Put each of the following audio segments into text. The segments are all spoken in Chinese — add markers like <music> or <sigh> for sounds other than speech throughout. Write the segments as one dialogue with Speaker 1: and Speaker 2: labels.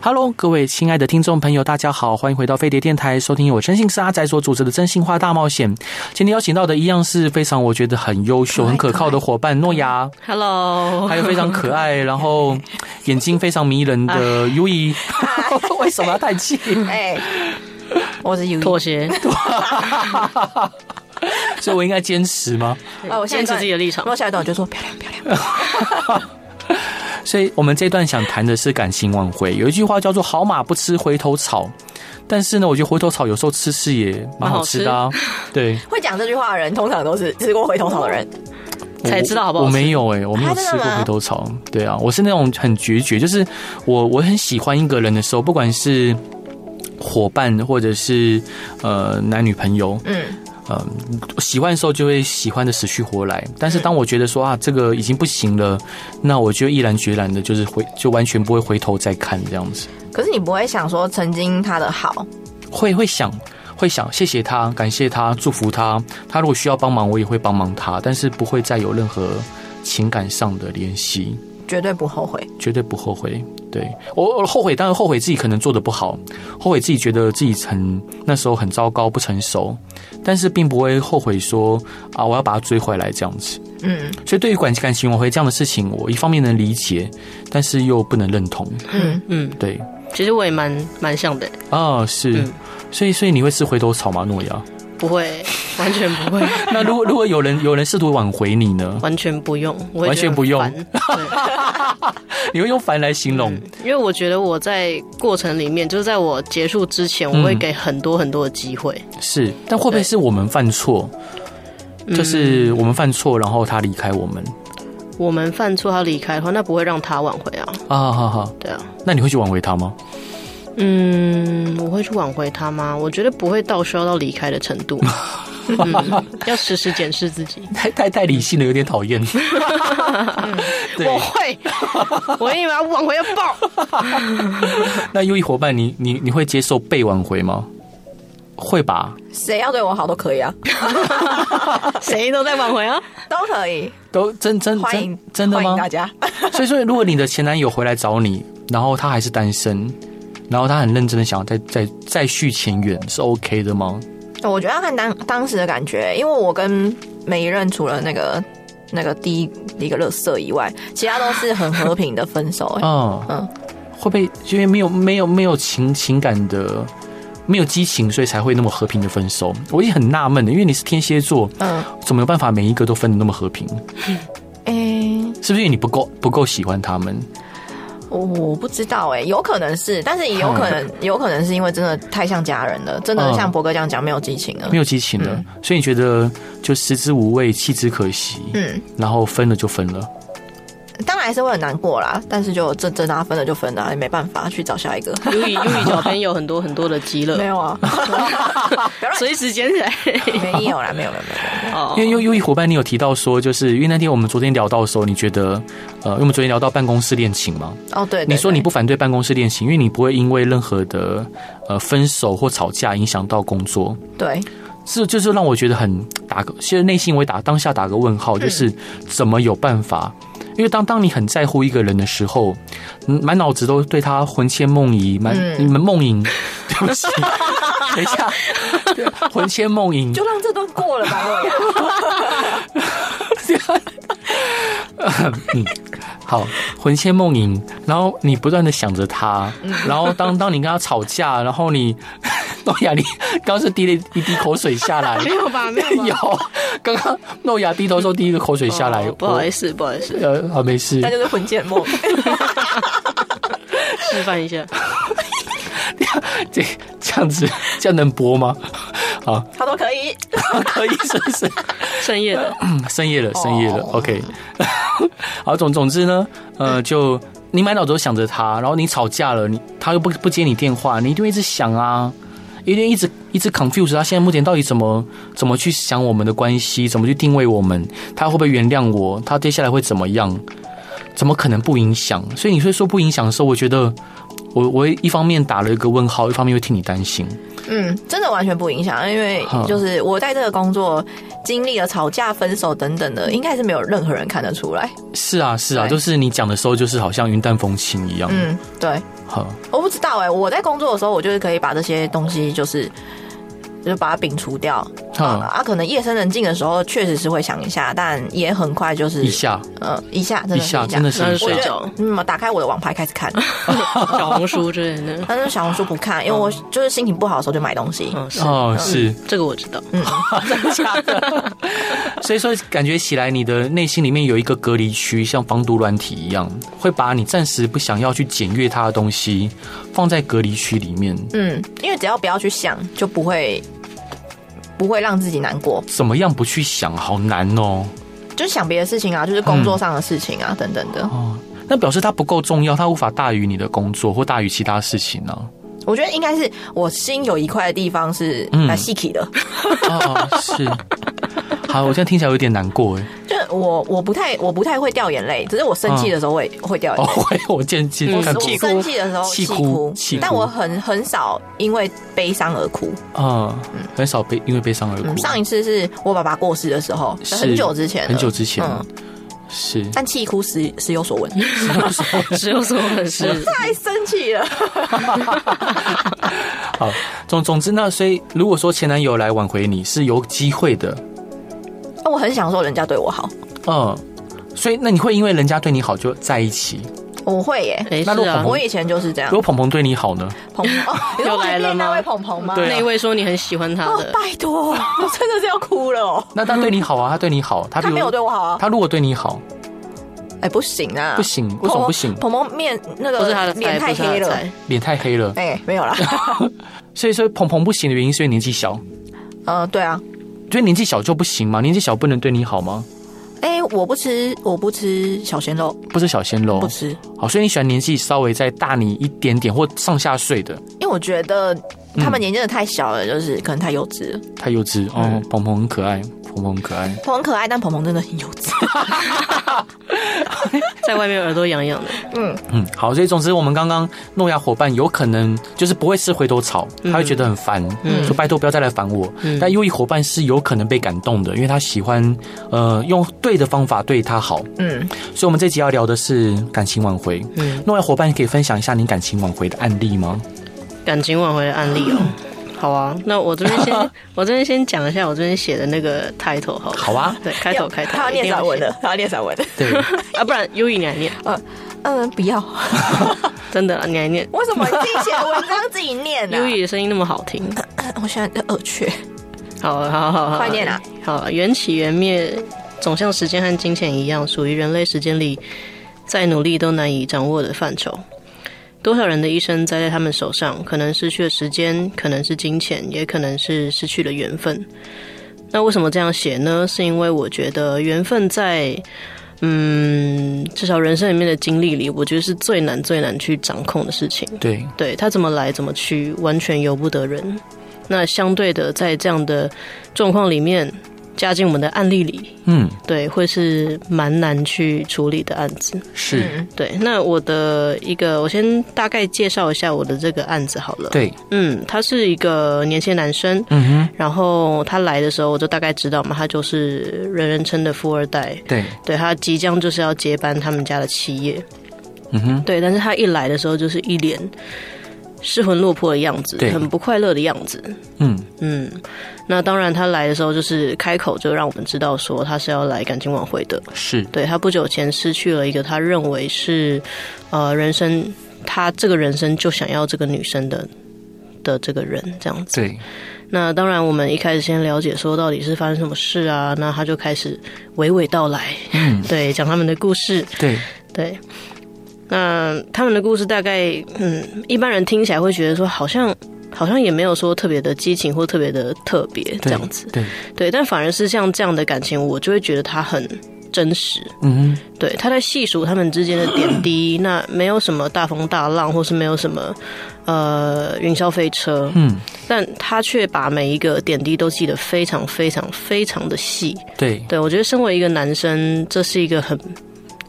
Speaker 1: Hello，各位亲爱的听众朋友，大家好，欢迎回到飞碟电台，收听由我真心是阿仔所主持的《真心话大冒险》。今天邀请到的一样是非常我觉得很优秀、很可靠的伙伴诺亚，
Speaker 2: Hello，
Speaker 1: 还有非常可爱，然后眼睛非常迷人 <laughs> 的优衣。为什么要叹气？
Speaker 2: <laughs>
Speaker 3: 哎、
Speaker 1: 嗯
Speaker 3: 我是 U E
Speaker 2: 妥协，
Speaker 1: <laughs> 所以我应该坚持吗？
Speaker 3: 啊，我
Speaker 2: 坚持自己的立场
Speaker 3: 然后下一段我就说漂亮漂亮，
Speaker 1: 所以我们这段想谈的是感情挽回。有一句话叫做“好马不吃回头草”，但是呢，我觉得回头草有时候吃吃也蛮好吃的啊。对，
Speaker 3: <laughs> 会讲这句话的人通常都是吃过回头草的人，
Speaker 1: 我
Speaker 2: 才知道好不好
Speaker 1: 我
Speaker 2: 吃
Speaker 1: 没有哎、我没有
Speaker 3: 啊
Speaker 1: 吃
Speaker 3: 真的
Speaker 1: 过
Speaker 3: 吗
Speaker 1: 回头草。对啊，我是那种很决绝，就是我我很喜欢一个人的时候，不管是伙伴或者是呃男女朋友，
Speaker 3: 嗯，
Speaker 1: 嗯，喜欢的时候就会喜欢的死去活来，但是当我觉得说啊，这个已经不行了，那我就毅然决然的，就是回，就完全不会回头再看这样子，
Speaker 3: 可是你不会想说曾经他的好，
Speaker 1: 会会想，会想，谢谢他，感谢他，祝福他，他如果需要帮忙，我也会帮忙他，但是不会再有任何情感上的联系，
Speaker 3: 绝对不后悔，
Speaker 1: 绝对不后悔。对我我后悔，当然后悔自己可能做的不好，后悔自己觉得自己很那时候很糟糕、不成熟，但是并不会后悔说啊，我要把他追回来这样子。
Speaker 3: 嗯
Speaker 1: 所以对于感感情挽回这样的事情，我一方面能理解，但是又不能认同。
Speaker 3: 嗯，
Speaker 2: 嗯，
Speaker 1: <laughs> 对，
Speaker 2: 其实我也蛮蛮像的，
Speaker 1: 啊，是，
Speaker 2: 嗯
Speaker 1: 所以所以你会吃回头草吗，诺亚？ <laughs>
Speaker 2: 不会， <laughs> 完全不会，
Speaker 1: 那如果如果有人有人试图挽回你呢， <laughs>
Speaker 2: 完全不用，我会
Speaker 1: 完全不用
Speaker 2: 觉得很烦对
Speaker 1: 你会用烦来形
Speaker 3: 嗯
Speaker 1: 容？
Speaker 2: <laughs> 因为我觉得我在过程里面，就是在我结束之前，
Speaker 1: 嗯
Speaker 2: 我会给很多很多的机会，
Speaker 1: 是，但会不会是我们犯错？就是
Speaker 3: 嗯
Speaker 1: 我们犯错，然后他离开我们
Speaker 2: 我们犯错他离开的话，那不会让他挽回啊，
Speaker 1: 啊，好好，
Speaker 2: 对啊，
Speaker 1: 那你会去挽回他吗？
Speaker 2: 嗯，我会去挽回他吗？我觉得不会到需要到离开的程
Speaker 1: <laughs>
Speaker 2: 度，嗯，要时时检视自己。
Speaker 1: <laughs> 太太太理性了，有点讨厌。对，
Speaker 2: 我会， <laughs> 我跟你们挽回要爆。
Speaker 1: <laughs> 那优异伙伴，你你你会接受被挽回吗？会吧，
Speaker 3: 谁要对我好都可
Speaker 2: <laughs>
Speaker 3: 以啊，
Speaker 2: 谁都在挽回啊。
Speaker 3: 都可以，
Speaker 1: 都真真
Speaker 3: 欢迎
Speaker 1: 真真的
Speaker 3: 欢
Speaker 1: 吗
Speaker 3: 迎？大家，
Speaker 1: <laughs> 所以说，如果你的前男友回来找你，然后他还是单身，然后他很认真的想要再再再续前缘，是 OK 的吗？
Speaker 3: 我觉得要看当当时的感觉，因为我跟每一任除了那个那个第一第一个乐色以外，其他都是很和平的分手、
Speaker 2: 哦
Speaker 3: 哎
Speaker 1: 嗯
Speaker 3: 嗯
Speaker 1: 会不会因为没有没有没有情情感的没有激情，所以才会那么和平的分手？我也很纳闷的，因为你是天蝎座，
Speaker 3: 嗯，
Speaker 1: 怎么有办法每一个都分的那么和平？
Speaker 3: 哎、
Speaker 1: 是不是因为你不够不够喜欢他们？
Speaker 3: 嗯我我不知道哎、有可能是，但是也有可能，有可能是因为真的太像家人了，真的
Speaker 1: 嗯
Speaker 3: 像博哥这样讲，没有激情了
Speaker 1: 没。有激情了，所以你觉得就食之无味，弃之可惜，
Speaker 3: 嗯，
Speaker 1: 然后分了就分了。
Speaker 3: 当然还是会很难过啦，但是就这这大家分了就分了，也没办法去找下一个。
Speaker 2: 优
Speaker 3: <laughs>
Speaker 2: 以优以脚边有很多很多的鸡肋，
Speaker 3: 有啊，
Speaker 2: 随时捡起来。
Speaker 3: <laughs> 没有啦，没有没有没有。
Speaker 2: 哦
Speaker 1: 因为优优异伙伴，你有提到说，就是因为那天我们昨天聊到的时候，你觉得，呃，因为我们昨天聊到办公室恋情嘛，
Speaker 3: 哦，对，对
Speaker 1: 你说
Speaker 3: 对
Speaker 1: 你不反对办公室恋情，因为你不会因为任何的呃分手或吵架影响到工作，
Speaker 3: 对，
Speaker 1: 这就是让我觉得很打个，其实内心我也打当下打个问
Speaker 2: 嗯
Speaker 1: 号，就是怎么有办法？因为当当你很在乎一个人的时候，嗯满脑子都对他魂牵梦萦，满
Speaker 3: 嗯
Speaker 1: 们梦萦，对不起， <laughs> 等一下，对魂牵梦萦，
Speaker 3: 就让这段过了吧。诺亚
Speaker 1: 好，魂牵梦萦，然后你不断的想着他，
Speaker 2: 嗯
Speaker 1: 然后当当你跟他吵架，然后你， <laughs> 诺亚，你刚刚是滴了一滴口水下来，
Speaker 2: 没有 <laughs> 吧？没
Speaker 1: <laughs>
Speaker 2: 有
Speaker 1: 有
Speaker 2: 吧？，
Speaker 1: 刚刚诺亚低头时候滴一个口水下来，
Speaker 2: 哦不好意
Speaker 1: 思，
Speaker 2: 思，不好意思，
Speaker 1: 呃，好没事
Speaker 3: 那，就是魂见梦，
Speaker 2: 示范
Speaker 1: <laughs>
Speaker 2: 一下。
Speaker 1: 这 <laughs> 这样子这样能播吗？ <laughs> 好，
Speaker 3: 他都可以。
Speaker 1: 可以是不是？
Speaker 2: 深夜的，
Speaker 1: 嗯深夜了，深夜了、
Speaker 3: 哦
Speaker 1: o k <laughs> 好，总总之呢，呃，就你满脑子都想着他，然后你吵架了，你他又不不接你电话，你一定会一直想啊，有点一直一直 confuse 他现在目前到底怎么怎么去想我们的关系，怎么去定位我们，他会不会原谅我，他接下来会怎么样？怎么可能不影响？所以你会说不影响的时候，我觉得我我一方面打了一个问号，一方面又替你担心。
Speaker 3: 嗯，真的完全不影响，因为就是我在这个工作经历了吵架、分手等等的，应该是没有任何人看得出来。
Speaker 1: 是啊，是啊，
Speaker 3: 对
Speaker 1: 就是你讲的时候，就是好像云淡风轻一样。
Speaker 3: 嗯，对，
Speaker 1: 好，
Speaker 3: 我不知道哎、我在工作的时候，我就是可以把这些东西就是。就把它摒除掉啊
Speaker 1: 好，
Speaker 3: 啊！可能夜深人静的时候，确实是会想一下，但也很快就是
Speaker 1: 一下
Speaker 3: 呃，一下真的
Speaker 1: 一
Speaker 3: 是
Speaker 1: 下真的是
Speaker 2: 嗯那
Speaker 1: 一
Speaker 2: 就
Speaker 1: 下
Speaker 2: 睡
Speaker 3: 我觉
Speaker 2: 觉
Speaker 3: 得嗯，打开我的网牌开
Speaker 1: <laughs>
Speaker 3: 始看，
Speaker 2: 小红书之类的。
Speaker 3: 但是小红书不看，因为我
Speaker 1: 嗯
Speaker 3: 就是心情不好的时候就买东西。
Speaker 2: 嗯，是
Speaker 1: 哦，是。 <laughs>
Speaker 2: 这个我知道。
Speaker 1: 假的。所以说，感觉起来你的内心里面有一个隔离区，像防毒软体一样，会把你暂时不想要去检阅它的东西放在隔离区里面。
Speaker 3: 嗯，因为只要不要去想，就不会不会让自己难过，
Speaker 1: 怎么样不去想，好难哦。
Speaker 3: 就是想别的事情啊，就是工作上的事情啊，等等的。
Speaker 1: 嗯哦，那表示它不够重要，它无法大于你的工作或大于其他事情呢、
Speaker 2: <laughs>
Speaker 3: 我觉得应该是我心有一块地方是
Speaker 1: 嗯
Speaker 3: 来细体的，
Speaker 1: 哦，是。好，我现在听起来有点难过哎。
Speaker 3: 就是我我不太我不太会掉眼泪，只是我生气的时候会、会掉眼
Speaker 1: 哦，
Speaker 3: 泪。
Speaker 1: 会，我渐渐
Speaker 3: 我
Speaker 1: 看
Speaker 3: 嗯我
Speaker 1: 不
Speaker 2: 气哭
Speaker 3: 生气的时候
Speaker 1: 气
Speaker 3: 气
Speaker 1: 哭
Speaker 3: 哭
Speaker 1: 气哭，
Speaker 3: 但我很很少因为悲伤而哭。
Speaker 1: 啊，很少悲，因为悲伤而
Speaker 3: 嗯，
Speaker 1: 哭。
Speaker 3: 上一次是我爸爸过世的时候，
Speaker 1: 是
Speaker 3: 很久之前了，
Speaker 1: 很久之前
Speaker 3: 嗯，
Speaker 1: 是。 <laughs>
Speaker 3: 但气哭时时有所闻，
Speaker 2: 只有说
Speaker 1: <laughs>
Speaker 2: 的是，
Speaker 3: 太生气了。
Speaker 1: 好，总总之那所以如果说前男友来挽回你是有机会的，
Speaker 3: 我很享受人家对我好，
Speaker 1: 嗯，所以那你会因为人家对你好就在一起。
Speaker 3: 我会耶。
Speaker 2: 哎，是
Speaker 1: 那如果
Speaker 2: 啊
Speaker 1: 嗯。
Speaker 3: 我以前就是这样
Speaker 1: 如，果鹏鹏对你好呢？
Speaker 3: 鹏
Speaker 1: <laughs>
Speaker 3: 鹏哦，你说
Speaker 2: 又来了
Speaker 3: 外面那
Speaker 2: 吗
Speaker 3: 位鹏鹏吗？
Speaker 1: 对啊
Speaker 2: 那一位说你很喜欢他
Speaker 3: 哦，
Speaker 2: 的，
Speaker 1: <laughs>
Speaker 3: 拜托，我真的是要哭了哦。
Speaker 1: 那他对你好啊，他对你好，他
Speaker 3: 他没有对我好啊，
Speaker 1: 他如果对你好，
Speaker 3: 哎，不行啊，
Speaker 1: 不行
Speaker 3: 鹏
Speaker 1: 为什么不行
Speaker 3: 鹏鹏面那个
Speaker 2: 不是他的菜，
Speaker 3: 脸
Speaker 2: 不
Speaker 3: 太
Speaker 2: 是他
Speaker 3: 黑
Speaker 2: 的
Speaker 3: 了，
Speaker 2: 菜。
Speaker 1: 脸太黑了，
Speaker 3: 哎，没 <laughs> 有啦。
Speaker 1: 所以说鹏鹏不行的原因是因为年纪小，
Speaker 3: 呃，对啊，
Speaker 1: 所以年纪小就不行吗？年纪小不能对你好吗？
Speaker 3: 哎，我不吃，我不吃小鲜肉，
Speaker 1: 不是小鲜肉
Speaker 3: 不，吃，
Speaker 1: 好，所以你喜欢年纪稍微再大你一点点或上下岁的，
Speaker 3: 因为我觉得他们年纪真的太小了，就是可能太幼稚了。
Speaker 1: 太幼稚
Speaker 2: 嗯
Speaker 1: 哦。鹏鹏很可爱，鹏鹏很可爱，
Speaker 3: 鹏很可爱，但鹏鹏真的很幼 <laughs> 稚。
Speaker 2: 在外面耳朵痒痒的，
Speaker 1: 嗯，好，所以总之我们刚刚诺亚伙伴有可能就是不会吃回头草，他会觉得很烦，
Speaker 2: 嗯
Speaker 1: 说拜托不要再来烦我。
Speaker 2: 嗯
Speaker 1: 但优异伙伴是有可能被感动的，因为他喜欢呃用对的方法对他好。
Speaker 3: 嗯，
Speaker 1: 所以我们这集要聊的是感情挽回。
Speaker 2: 嗯
Speaker 1: 诺亚伙伴可以分享一下你感情挽回的案例
Speaker 2: <laughs>
Speaker 1: 吗？
Speaker 2: 感情挽回的案例哦。
Speaker 1: 嗯
Speaker 2: 好啊，那我这
Speaker 1: <laughs>
Speaker 2: 边先，我这边先讲一下我这边写的那个 title 好了。
Speaker 1: 好啊，
Speaker 2: 对，开头开头，
Speaker 3: 他要
Speaker 2: 一定
Speaker 3: 念
Speaker 2: 要
Speaker 3: 散文
Speaker 2: 写
Speaker 3: 的，他要念散文 <laughs> 的。
Speaker 1: 对，
Speaker 2: 啊，不然优以你来念，
Speaker 3: 嗯，不要。
Speaker 2: 真的啦，你来念。
Speaker 3: 为什么自己写的文 <laughs> 章自己念啊呢、
Speaker 2: 优以的声音那么好
Speaker 3: <laughs>
Speaker 2: 听，
Speaker 3: 我现在的耳缺。
Speaker 2: 好好好好，
Speaker 3: 快念啊！
Speaker 2: 好，缘起缘灭，总像时间和金钱一样，属于人类时间里再努力都难以掌握的范畴。多少人的一生栽在他们手上，可能失去了时间，可能是金钱，也可能是失去了缘分。那为什么这样写呢？是因为我觉得缘分在，嗯，至少人生里面的经历里，我觉得是最难最难去掌控的事情。
Speaker 1: 对，
Speaker 2: 对他怎么来怎么去，完全由不得人。那相对的，在这样的状况里面，加进我们的案例里，
Speaker 1: 嗯，
Speaker 2: 对，会是蛮难去处理的案子。
Speaker 1: 是，
Speaker 2: 对，那我的一个，我先大概介绍一下我的这个案子好了。，
Speaker 1: 对，
Speaker 2: 嗯，他是一个年轻男生，
Speaker 1: 嗯哼，
Speaker 2: 然后他来的时候，我就大概知道嘛，他就是人人称的富二代，
Speaker 1: 对，
Speaker 2: 对他即将就是要接班他们家的企业。
Speaker 1: 嗯哼，
Speaker 2: 对，但是他一来的时候就是一脸失魂落魄的样子
Speaker 1: 对，
Speaker 2: 很不快乐的样子。
Speaker 1: 嗯，
Speaker 2: 嗯，那当然，他来的时候就是开口就让我们知道说他是要来感情挽回的。
Speaker 1: 是，
Speaker 2: 对他不久前失去了一个他认为是呃人生他这个人生就想要这个女生的的这个人这样子。
Speaker 1: 对，
Speaker 2: 那当然，我们一开始先了解说到底是发生什么事啊，那他就开始娓娓道来，
Speaker 1: 嗯，
Speaker 2: <laughs> 对，讲他们的故事。
Speaker 1: 对，
Speaker 2: 对，那他们的故事大概，嗯，一般人听起来会觉得说，好像好像也没有说特别的激情或特别的特别
Speaker 1: 对
Speaker 2: 这样子，
Speaker 1: 对，
Speaker 2: 对，但反而是像这样的感情，我就会觉得它很真实。
Speaker 1: 嗯
Speaker 2: 对，他在细数他们之间的点滴，那没有什么大风大浪，或是没有什么呃云霄飞车，
Speaker 1: 嗯，
Speaker 2: 但他却把每一个点滴都记得非常非常非常的细。
Speaker 1: 对
Speaker 2: 对我觉得身为一个男生，这是一个很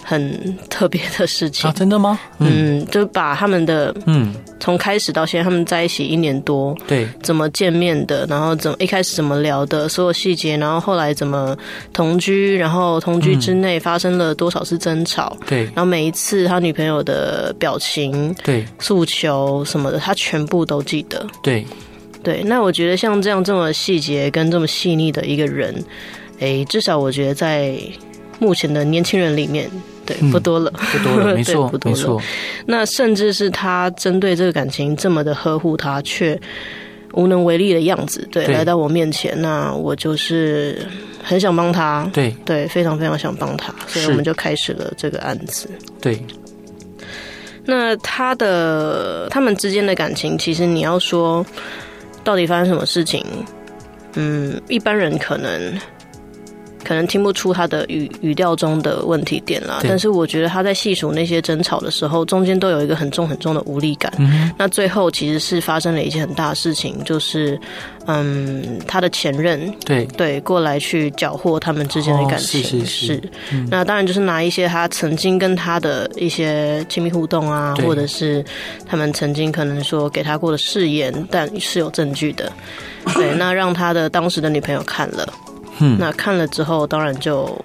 Speaker 2: 很特别的事情。
Speaker 1: 啊，真的吗？嗯
Speaker 2: 嗯，就把他们的
Speaker 1: 嗯，
Speaker 2: 从开始到现在，他们在一起一年多，
Speaker 1: 对，
Speaker 2: 怎么见面的，然后怎么一开始怎么聊的，所有细节，然后后来怎么同居，然后同
Speaker 1: 嗯
Speaker 2: 居之内发生了多少次争吵，
Speaker 1: 对
Speaker 2: 然后每一次他女朋友的表情、
Speaker 1: 对
Speaker 2: 诉求什么的，他全部都记得。 <laughs>
Speaker 1: 对，
Speaker 2: 对，那我觉得像这样这么细节跟这么细腻的一个人，诶，至少我觉得在目前的年轻人里面，对，
Speaker 1: 嗯
Speaker 2: 不多了。
Speaker 1: 不多了，没
Speaker 2: 对
Speaker 1: 错
Speaker 2: 不多
Speaker 1: 没
Speaker 2: 了
Speaker 1: 错，
Speaker 2: <laughs> 那甚至是他针对这个感情这么的呵护他，却无能为力的样子，对，
Speaker 1: 对
Speaker 2: 来到我面前，那我就是很想帮他，
Speaker 1: 对
Speaker 2: 对，非常非常想帮他，所以
Speaker 1: 是
Speaker 2: 我们就开始了这个案子。
Speaker 1: 对
Speaker 2: 那他的他们之间的感情，其实你要说到底发生什么事情，嗯，一般人可能可能听不出他的语语调中的问题点啦。
Speaker 1: 对
Speaker 2: 但是我觉得他在细数那些争吵的时候，中间都有一个很重很重的无力感。
Speaker 1: 嗯
Speaker 2: 那最后其实是发生了一件很大的事情，就是嗯，他的前任
Speaker 1: 对
Speaker 2: 对，过来去缴获他们之间的感情、
Speaker 1: 哦是是嗯是
Speaker 2: 那当然就是拿一些他曾经跟他的一些亲密互动啊，
Speaker 1: 对
Speaker 2: 或者是他们曾经可能说给他过的誓言，但是有证据
Speaker 1: <laughs>
Speaker 2: 的。对，那让他的当时的女朋友看了，
Speaker 1: 嗯
Speaker 2: 那看了之后当然就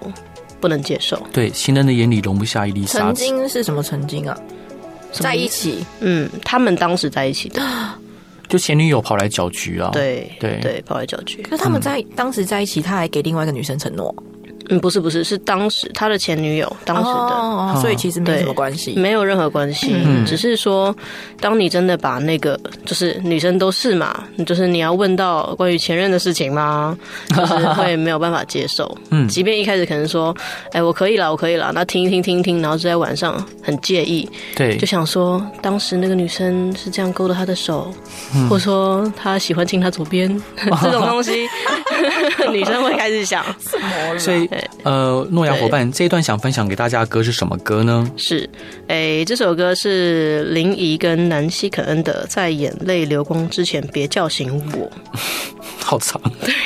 Speaker 2: 不能接受。
Speaker 1: 对，情人的眼里容不下一粒沙
Speaker 3: 曾
Speaker 1: 子，
Speaker 3: 经是什么曾经啊？
Speaker 2: 什么
Speaker 3: 在一起
Speaker 2: 嗯，他们当时在一起的，
Speaker 1: 就前女友跑来搅局啊，
Speaker 2: 对
Speaker 1: 哦对
Speaker 2: 对，不好意思，局。
Speaker 3: 可是他们在、当时在一起，他还给另外一个女生承诺，
Speaker 2: 嗯，不是不是，是当时他的前女友当时的。
Speaker 3: 哦所以其实没什么
Speaker 2: 对
Speaker 3: 关系。
Speaker 2: 没有任何关系，
Speaker 1: 嗯
Speaker 2: 只是说，当你真的把那个，就是女生都是嘛，就是你要问到关于前任的事情吗？就是会没有办法接受。
Speaker 1: 嗯
Speaker 2: 即便一开始可能说，哎、我可以啦，我可以啦，那听一听听一听，然后就在晚上很介意，
Speaker 1: 对
Speaker 2: 就想说，当时那个女生是这样勾的他的手，
Speaker 1: 嗯
Speaker 2: 或者说她喜欢亲他左边， <laughs> 这种东西， <laughs> 女生会开始想，
Speaker 1: 所以
Speaker 2: 对
Speaker 1: 呃，诺亚伙伴这一段想分享给大家的歌是什么歌呢？
Speaker 2: 是，诶，这首歌是林怡跟南希肯恩的《在眼泪流光之前别叫醒我》，
Speaker 1: 好长， <laughs>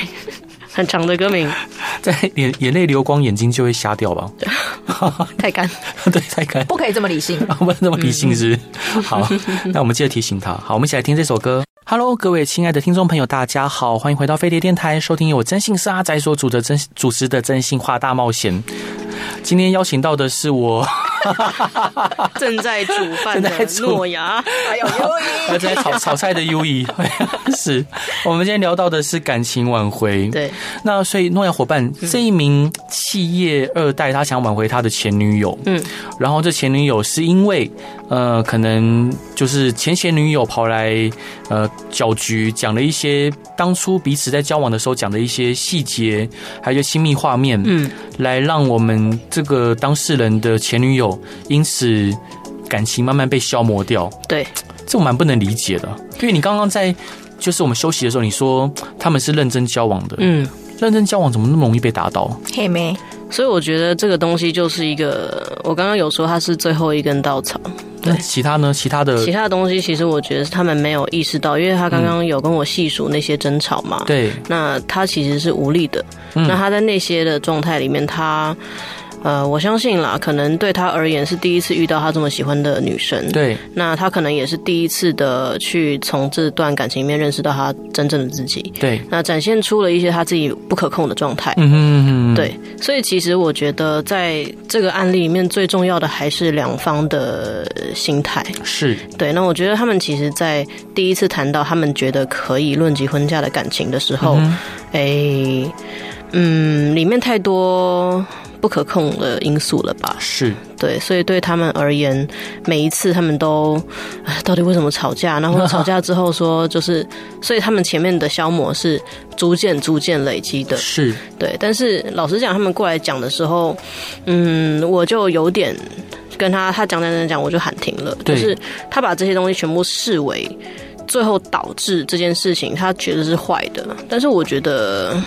Speaker 2: 很长的歌名，
Speaker 1: 在眼眼泪流光，眼睛就会瞎掉吧？
Speaker 2: 太干。
Speaker 1: <laughs> 对，太干，，
Speaker 3: 不可以这么理性
Speaker 1: 不能那么理性是不是 <laughs> 好，那我们记得提醒他。好，我们一起来听这首歌。Hello，各位亲爱的听众朋友，大家好，欢迎回到飞碟电台，收听由我真心是阿仔所主的真主持的《真心话大冒险》。今天邀请到的是我，
Speaker 2: 正在煮饭
Speaker 1: 正
Speaker 2: 的
Speaker 1: 在煮
Speaker 2: 诺亚，
Speaker 3: 还哎有优一 <laughs>
Speaker 1: 正在炒炒菜的优怡， <laughs> 是我们今天聊到的是感情挽回。
Speaker 2: 对，
Speaker 1: 那所以诺亚伙伴
Speaker 2: 嗯
Speaker 1: 这一名企业二代，他想挽回他的前女友，
Speaker 2: 嗯，
Speaker 1: 然后这前女友是因为呃，可能就是前前女友跑来呃搅局，讲了一些当初彼此在交往的时候讲的一些细节，还有一些亲密画面，
Speaker 2: 嗯，
Speaker 1: 来让我们这个当事人的前女友因此感情慢慢被消磨掉，
Speaker 2: 对，
Speaker 1: 这我蛮不能理解的，因为你刚刚在。就是我们休息的时候，你说他们是认真交往的，
Speaker 2: 嗯，
Speaker 1: 认真交往怎么那么容易被打倒？
Speaker 3: 嘿妹，
Speaker 2: 所以我觉得这个东西就是一个，我刚刚有说它是最后一根稻草，对
Speaker 1: 那其他呢？其他的
Speaker 2: 其他的东西其实我觉得是他们没有意识到，因为他刚刚有跟我细数那些争吵嘛，
Speaker 1: 对，
Speaker 2: 那他其实是无力的。
Speaker 1: 嗯
Speaker 2: 那他在那些的状态里面，他呃，我相信啦，可能对他而言是第一次遇到他这么喜欢的女生。，
Speaker 1: 对
Speaker 2: 那他可能也是第一次的去从这段感情里面认识到他真正的自己，
Speaker 1: 对，
Speaker 2: 那展现出了一些他自己不可控的状态。
Speaker 1: 嗯哼嗯嗯，
Speaker 2: 对，所以其实我觉得，在这个案例里面，最重要的还是两方的心态。
Speaker 1: 是，
Speaker 2: 对，那我觉得他们其实，在第一次谈到他们觉得可以论及婚嫁的感情的时候，诶，嗯，里面太多不可控的因素了吧？
Speaker 1: 是，
Speaker 2: 对，所以对他们而言，每一次他们都，唉到底为什么吵架？然后吵架之后说，就是，所以他们前面的消磨是逐渐逐渐累积的。
Speaker 1: 是，
Speaker 2: 对，但是老实讲，他们过来讲的时候，嗯，我就有点跟他他讲讲讲讲，我就喊停了。
Speaker 1: 对
Speaker 2: 就是他把这些东西全部视为最后导致这件事情，他觉得是坏的。但是我觉得，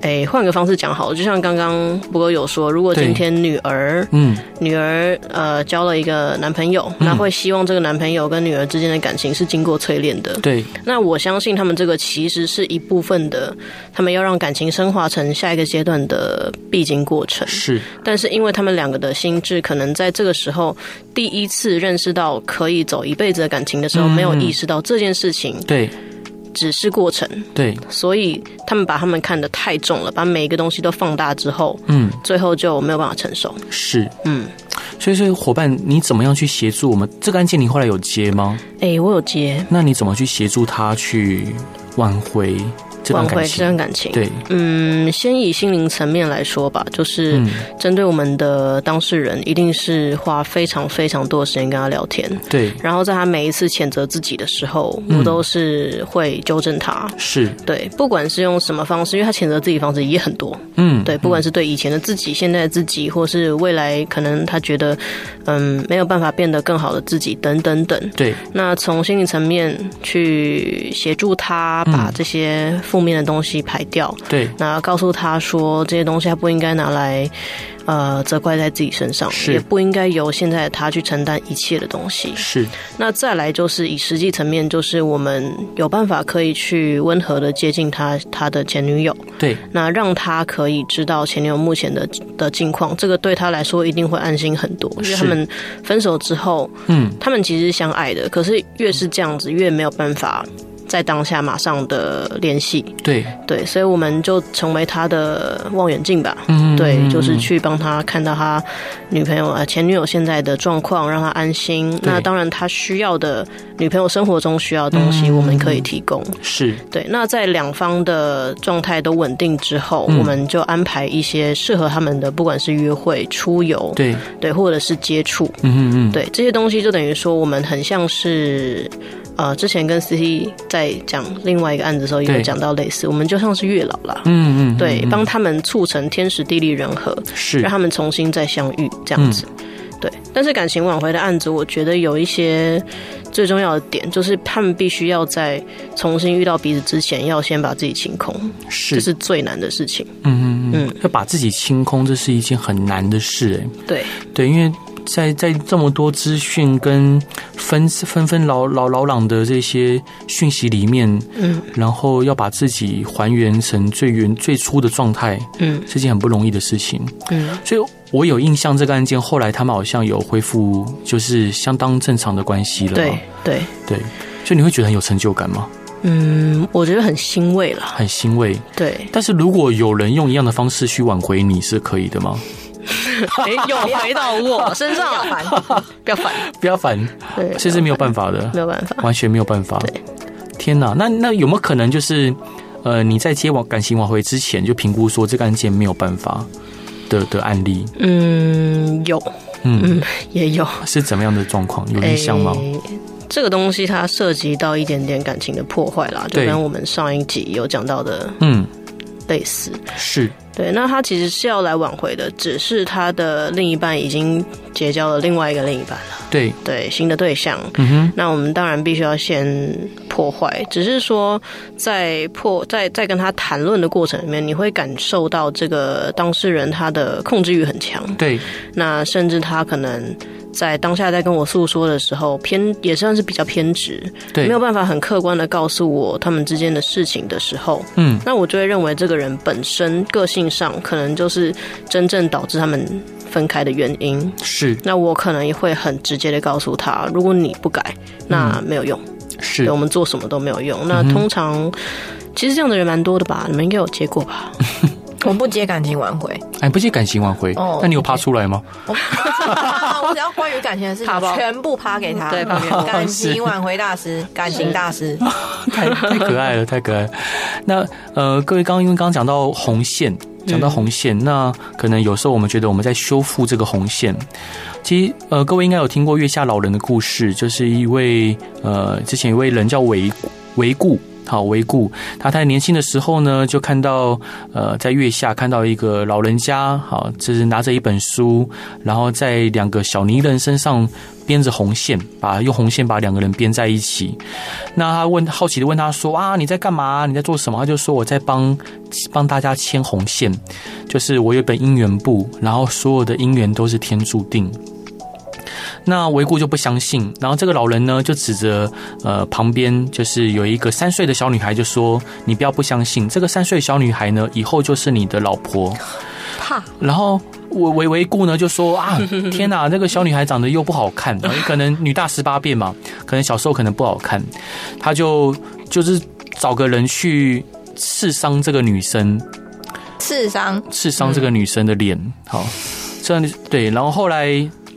Speaker 2: 哎，换个方式讲好了，就像刚刚不过有说，如果
Speaker 1: 对
Speaker 2: 今天女儿
Speaker 1: 嗯，
Speaker 2: 女儿呃交了一个男朋友，那会希望这个男朋友跟女儿之间的感情是经过淬炼的。
Speaker 1: 对，
Speaker 2: 那我相信他们这个其实是一部分的，他们要让感情升华成下一个阶段的必经过程。
Speaker 1: 是，
Speaker 2: 但是因为他们两个的心智可能在这个时候第一次认识到可以走一辈子的感情的时候，
Speaker 1: 嗯
Speaker 2: 没有意识到这件事情
Speaker 1: 对，
Speaker 2: 只是过程，
Speaker 1: 对，
Speaker 2: 所以他们把他们看得太重了，把每一个东西都放大之后，
Speaker 1: 嗯，
Speaker 2: 最后就没有办法承受。
Speaker 1: 是。
Speaker 2: 嗯，
Speaker 1: 所以，所以伙伴，你怎么样去协助我们？这个案件你后来有接吗？
Speaker 2: 哎、我有接
Speaker 1: 那你怎么去协助他去挽回这
Speaker 2: 挽
Speaker 1: 段感
Speaker 2: 回这
Speaker 1: 情？
Speaker 2: 段感情。
Speaker 1: 对，
Speaker 2: 嗯，先以心灵层面来说吧，就是
Speaker 1: 嗯
Speaker 2: 针对我们的当事人，一定是花非常非常多的时间跟他聊天。
Speaker 1: 对，
Speaker 2: 然后在他每一次谴责自己的时候，我都是会纠正他。
Speaker 1: 是，
Speaker 2: 对，不管是用什么方式，因为他谴责自己方式也很多。
Speaker 1: 嗯，
Speaker 2: 对，不管是对以前的自己、现在的自己，或是未来可能他觉得嗯没有办法变得更好的自己等等等。
Speaker 1: 对，
Speaker 2: 那从心理层面去协助他
Speaker 1: 嗯
Speaker 2: 把这些负面的东西排掉。
Speaker 1: 对，
Speaker 2: 那告诉他说，这些东西他不应该拿来，呃，责怪在自己身上，
Speaker 1: 是
Speaker 2: 也不应该由现在的他去承担一切的东西。
Speaker 1: 是，
Speaker 2: 那再来就是以实际层面，就是我们有办法可以去温和的接近他他的前女友，
Speaker 1: 对，
Speaker 2: 那让他可以知道前女友目前的的近况，这个对他来说一定会安心很多，因为
Speaker 1: 是
Speaker 2: 他们分手之后，
Speaker 1: 嗯，
Speaker 2: 他们其实是相爱的，可是越是这样子，越没有办法在当下马上的联系，
Speaker 1: 对，
Speaker 2: 对，所以我们就成为他的望远镜吧。
Speaker 1: 嗯，
Speaker 2: 对，就是去帮他看到他女朋友啊前女友现在的状况，让他安心。那当然，他需要的女朋友生活中需要的东西，
Speaker 1: 嗯
Speaker 2: 我们可以提供。
Speaker 1: 是，
Speaker 2: 对，那在两方的状态都稳定之后，
Speaker 1: 嗯
Speaker 2: 我们就安排一些适合他们的，不管是约会、出游，
Speaker 1: 对，
Speaker 2: 对，或者是接触，
Speaker 1: 嗯嗯嗯，
Speaker 2: 对这些东西，就等于说我们很像是。呃，之前跟 C C 在讲另外一个案子的时候，也有
Speaker 1: 对
Speaker 2: 讲到类似，我们就像是月老啦，
Speaker 1: 嗯嗯，嗯
Speaker 2: 对，帮他们促成天时地利人和，
Speaker 1: 是嗯
Speaker 2: 让，他们重新再相遇这样子。对，但是感情挽回的案子，我觉得有一些最重要的点，就是他们必须要在重新遇到彼此之前，要先把自己清空，这
Speaker 1: 是，
Speaker 2: 是最难的事情。
Speaker 1: 嗯嗯
Speaker 2: 嗯
Speaker 1: 嗯，要把自己清空，这是一件很难的事，哎，
Speaker 2: 对，
Speaker 1: 对，因为在在这么多资讯跟纷纷纷扰扰扰攘的这些讯息里面，
Speaker 2: 嗯
Speaker 1: 然后要把自己还原成最原最初的状态，
Speaker 2: 嗯
Speaker 1: 是件很不容易的事情。
Speaker 2: 嗯，
Speaker 1: 所以我有印象，这个案件后来他们好像有恢复，就是相当正常的关系了
Speaker 2: 对
Speaker 1: 嘛。
Speaker 2: 对，
Speaker 1: 对，所以你会觉得很有成就感吗？
Speaker 2: 嗯，我觉得很欣慰啦。
Speaker 1: 很欣慰。
Speaker 2: <laughs> 对，
Speaker 1: 但是如果有人用一样的方式去挽回你，是可以的吗？
Speaker 2: 哎，有回到我身上，不要烦，
Speaker 1: 不要烦，
Speaker 2: 对，
Speaker 1: 这是没有办法的。
Speaker 2: 没有办法。
Speaker 1: 完全没有办法
Speaker 2: 对。
Speaker 1: 天哪，那那有没有可能就是，呃，你在接往感情挽回之前就评估说这个案件没有办法的的案例，
Speaker 2: 嗯，哎有
Speaker 1: 嗯，
Speaker 2: 也有，
Speaker 1: 是怎么样的状况？有印象吗？
Speaker 2: 诶这个东西它涉及到一点点感情的破坏啦，就
Speaker 1: 对
Speaker 2: 跟我们上一集有讲到的
Speaker 1: 嗯，
Speaker 2: 类似。
Speaker 1: 是
Speaker 2: 对，那他其实是要来挽回的，只是他的另一半已经结交了另外一个另一半了，
Speaker 1: 对，
Speaker 2: 对新的对象。
Speaker 1: 嗯哼，
Speaker 2: 那我们当然必须要先破坏，只是说在破在在跟他谈论的过程里面，你会感受到这个当事人他的控制欲很强，
Speaker 1: 对，
Speaker 2: 那甚至他可能在当下在跟我诉说的时候，偏也算是比较偏执，
Speaker 1: 对，
Speaker 2: 没有办法很客观的告诉我他们之间的事情的时候，
Speaker 1: 嗯，
Speaker 2: 那我就会认为这个人本身个性上可能就是真正导致他们分开的原因。
Speaker 1: 是
Speaker 2: 那我可能也会很直接的告诉他，如果你不改，那没有用，
Speaker 1: 嗯是嗯
Speaker 2: 对我，们做什么都没有用。那通常。其实这样的人蛮多的吧，你们应该有接过吧？
Speaker 3: 我不接感情挽回，
Speaker 1: 哎，不是感情挽回
Speaker 3: 哦，
Speaker 1: 那你有爬出来吗？
Speaker 3: <laughs> 我只要关于感情的事
Speaker 2: 啪
Speaker 3: 情
Speaker 2: 爆
Speaker 3: 全部嗯趴给他。
Speaker 2: 对啪爆
Speaker 3: 感情挽回大师，感情大师，
Speaker 1: 太太可爱了，太可爱了。那呃，各位刚因为刚刚讲到红线，讲到红线，那可能有时候我们觉得我们在修复这个红线。其实呃，各位应该有听过月下老人的故事，就是一位呃，之前一位人叫维维固，好维顾。他太年轻的时候呢，就看到呃，在月下看到一个老人家，好，就是拿着一本书，然后在两个小泥人身上编着红线，把用红线把两个人编在一起。那他问好奇的问他说：“啊，你在干嘛？你在做什么？”他就说：“我在帮帮大家牵红线，就是我有一本姻缘簿，然后所有的姻缘都是天注定。”那维固就不相信，然后这个老人呢就指着呃旁边就是有一个三岁的小女孩，就说：“你不要不相信，这个三岁小女孩呢以后就是你的老婆。”
Speaker 3: 怕。
Speaker 1: 然后维维维固呢就说：“啊，天哪，那个小女孩长得又不好看，然后可能女大十八变嘛，可能小时候可能不好看，他就就是找个人去刺伤这个女生，
Speaker 3: <laughs> 刺伤，
Speaker 1: 刺伤这个女生的脸。
Speaker 2: 嗯
Speaker 1: 好，这样对，然后后来。”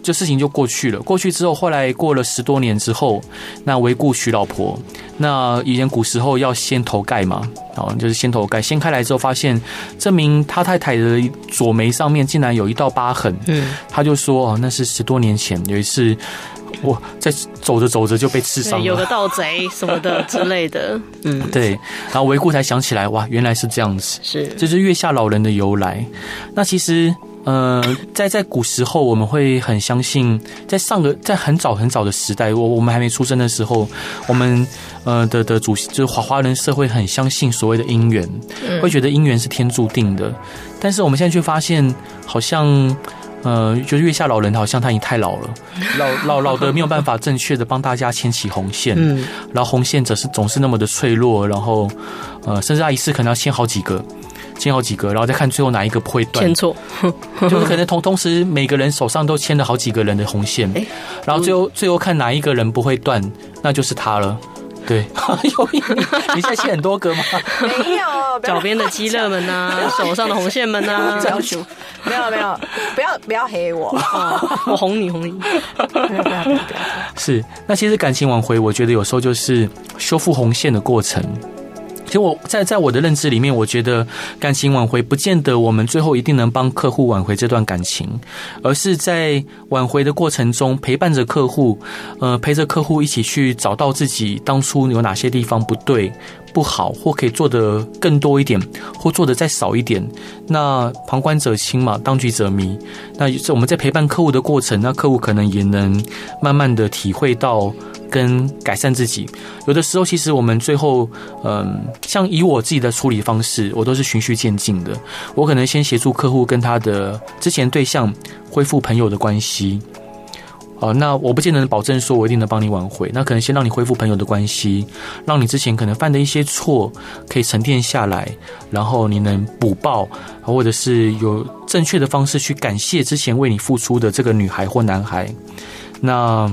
Speaker 1: 这事情就过去了。过去之后，后来过了十多年之后，那维顾娶老婆。那以前古时候要掀头盖嘛，哦，就是掀头盖，掀开来之后发现，证明他太太的左眉上面竟然有一道疤痕。
Speaker 2: 嗯，
Speaker 1: 他就说：“哦，那是十多年前有一次，我在走着走着就被刺伤
Speaker 2: 对
Speaker 1: 了。”
Speaker 2: 有个盗贼什么的之
Speaker 1: <laughs>
Speaker 2: 类的，嗯，
Speaker 1: 对，然后维顾才想起来，哇，原来是这样子。
Speaker 2: 是
Speaker 1: 这是月下老人的由来。那其实，呃，在在古时候，我们会很相信，在上个在很早很早的时代，我我们还没出生的时候，我们呃的的主就是华华人社会很相信所谓的姻缘，会觉得姻缘是天注定的。但是我们现在却发现，好像。呃，就是月下老人好像他已经太老了，老老老的没有办法正确的帮大家牵起红线，
Speaker 2: 嗯，
Speaker 1: 然后红线则是总是那么的脆弱，然后呃，甚至他一次可能要牵好几个，牵好几个，然后再看最后哪一个不会断
Speaker 2: 牵，错，
Speaker 1: 就是可能同同时每个人手上都牵了好几个人的红线
Speaker 2: 诶，
Speaker 1: 然后最后最后看哪一个人不会断，那就是他了。对， <laughs> 有你你现在牵很多个吗？
Speaker 3: 没 <laughs> 有，不要
Speaker 2: 脚边的鸡肋
Speaker 1: <laughs>
Speaker 2: 们呐、手上的红线们啊呐、
Speaker 3: 不要求， <laughs> 没有没有，不要不要黑我，
Speaker 2: 哦，我哄你哄你，
Speaker 3: <laughs> 不要不要不要，
Speaker 1: 是，那其实感情挽回，我觉得有时候就是修复红线的过程。其实我在在我的认知里面，我觉得感情挽回不见得我们最后一定能帮客户挽回这段感情，而是在挽回的过程中陪伴着客户，呃，陪着客户一起去找到自己当初有哪些地方不对、不好，或可以做得更多一点，或做得再少一点。那旁观者清嘛，当局者迷。那这我们在陪伴客户的过程，那客户可能也能慢慢的体会到跟改善自己。有的时候，其实我们最后，嗯，像以我自己的处理方式，我都是循序渐进的。我可能先协助客户跟他的之前对象恢复朋友的关系。哦，那我不见得能保证说我一定能帮你挽回，那可能先让你恢复朋友的关系，让你之前可能犯的一些错可以沉淀下来，然后你能补报，或者是有正确的方式去感谢之前为你付出的这个女孩或男孩。那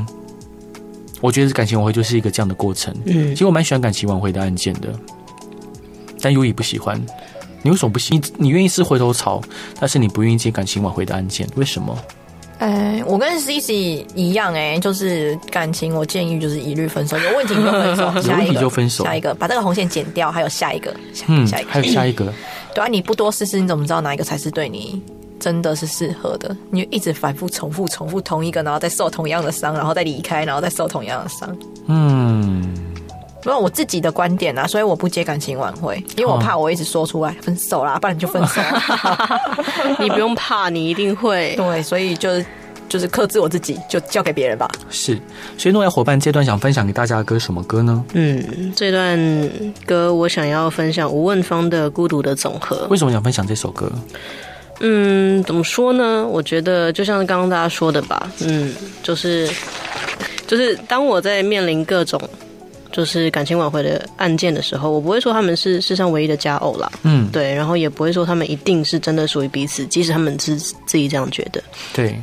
Speaker 1: 我觉得感情挽回就是一个这样的过程。
Speaker 2: 嗯
Speaker 1: 其，实我蛮喜欢感情挽回的案件的，但优以不喜欢。你为什么不喜？你你愿意吃回头草，但是你不愿意接感情挽回的案件，为什么？
Speaker 3: <laughs> 哎，我跟 C C 一样哎、就是感情，我建议就是一律分手，有问题你就
Speaker 1: <laughs>
Speaker 3: 分手，下
Speaker 1: 问
Speaker 3: 一
Speaker 1: 题
Speaker 3: 个
Speaker 1: 就分手
Speaker 3: 下一个把这个红线剪掉，还有下一个，下一
Speaker 1: 嗯
Speaker 3: 个，下一，
Speaker 1: 还
Speaker 3: 个，
Speaker 1: 有下一个，
Speaker 3: 对啊，你不多试试，你怎么知道哪一个才是对你真的是适合的？你就一直反复重复重复同一个，然后再受同样的伤，然后再离开，然后再受同样的伤。
Speaker 1: 嗯，
Speaker 3: 没有我自己的观点啊，所以我不接感情挽回，因为我怕我一直说出来分手啦，不然你就分手啊。
Speaker 2: <laughs> 你不用怕，你一定会。
Speaker 3: <laughs> 对，所以就是就是克制我自己，就交给别人吧。
Speaker 1: 是。所以诺亚伙伴这段想分享给大家的歌什么歌呢？
Speaker 2: 嗯，这段歌我想要分享吴问芳的《孤独的总和》。
Speaker 1: 为什么想分享这首歌？
Speaker 2: 嗯，怎么说呢？我觉得就像刚刚大家说的吧，嗯，就是就是当我在面临各种就是感情挽回的案件的时候，我不会说他们是世上唯一的佳偶啦，
Speaker 1: 嗯，
Speaker 2: 对，然后也不会说他们一定是真的属于彼此，即使他们是自己这样觉得。
Speaker 1: 对，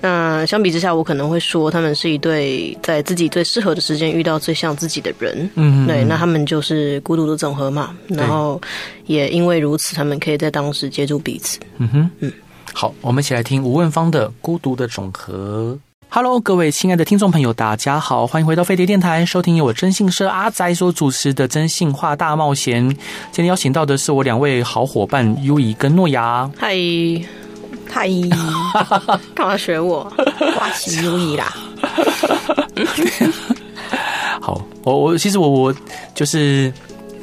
Speaker 2: 那相比之下，我可能会说他们是一对在自己最适合的时间遇到最像自己的人。
Speaker 1: 嗯，
Speaker 2: 对，那他们就是孤独的总和嘛，然后也因为如此，他们可以在当时接住彼此。
Speaker 1: 嗯哼，嗯，好，我们一起来听吴问芳的《孤独的总和》。Hello，各位亲爱的听众朋友，大家好，欢迎回到飞碟电台，收听由我真信社阿仔所主持的《真性话大冒险》。今天邀请到的是我两位好伙伴优怡跟诺亚。
Speaker 2: 嗨，
Speaker 3: 太
Speaker 2: 干嘛学我？
Speaker 3: <laughs> 花旗如意啦，
Speaker 1: 好，我我其实我我就是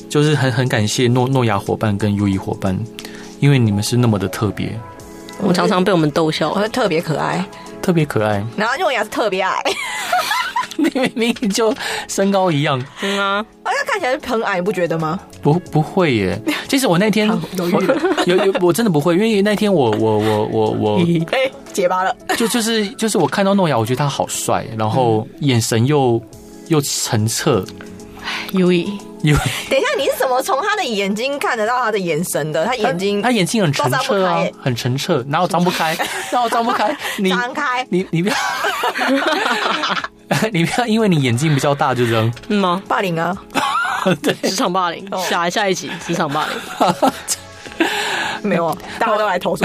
Speaker 1: 就是很很感谢诺诺亚伙伴跟优衣伙伴，因为你们是那么的特别，
Speaker 2: <laughs> 我常常被我们逗笑
Speaker 3: 我。是特别可爱，
Speaker 1: 特别可爱。 <laughs>
Speaker 3: 然后诺亚是特别矮，
Speaker 1: 你们明明就身高一样，
Speaker 2: 嗯啊，
Speaker 3: 而且看起来是很矮，你不觉得 <laughs> 吗？
Speaker 1: 不不会耶。其实我那天我 <laughs> 有有我真的不会，因为那天我我我我我
Speaker 3: 哎、结巴了，
Speaker 1: 就就是就是我看到诺亚，我觉得他好帅，然后眼神又又澄澈，
Speaker 2: 优异，
Speaker 1: 又
Speaker 3: <laughs> 等一下，你是怎么从他的眼睛看得到他的眼神的？他眼睛
Speaker 1: 他眼睛很澄澈啊
Speaker 3: 都张不，
Speaker 1: 很澄澈，哪有张不开？哪有张不开？你
Speaker 3: 张开，
Speaker 1: 你你不要， <laughs> 你不要，因为你眼睛比较大就扔。
Speaker 2: 嗯哦吗？
Speaker 3: 霸凌 <laughs> 啊，
Speaker 1: 对，
Speaker 2: 职场霸凌，下下一集职场霸凌，
Speaker 3: 没有，啊大家都来投诉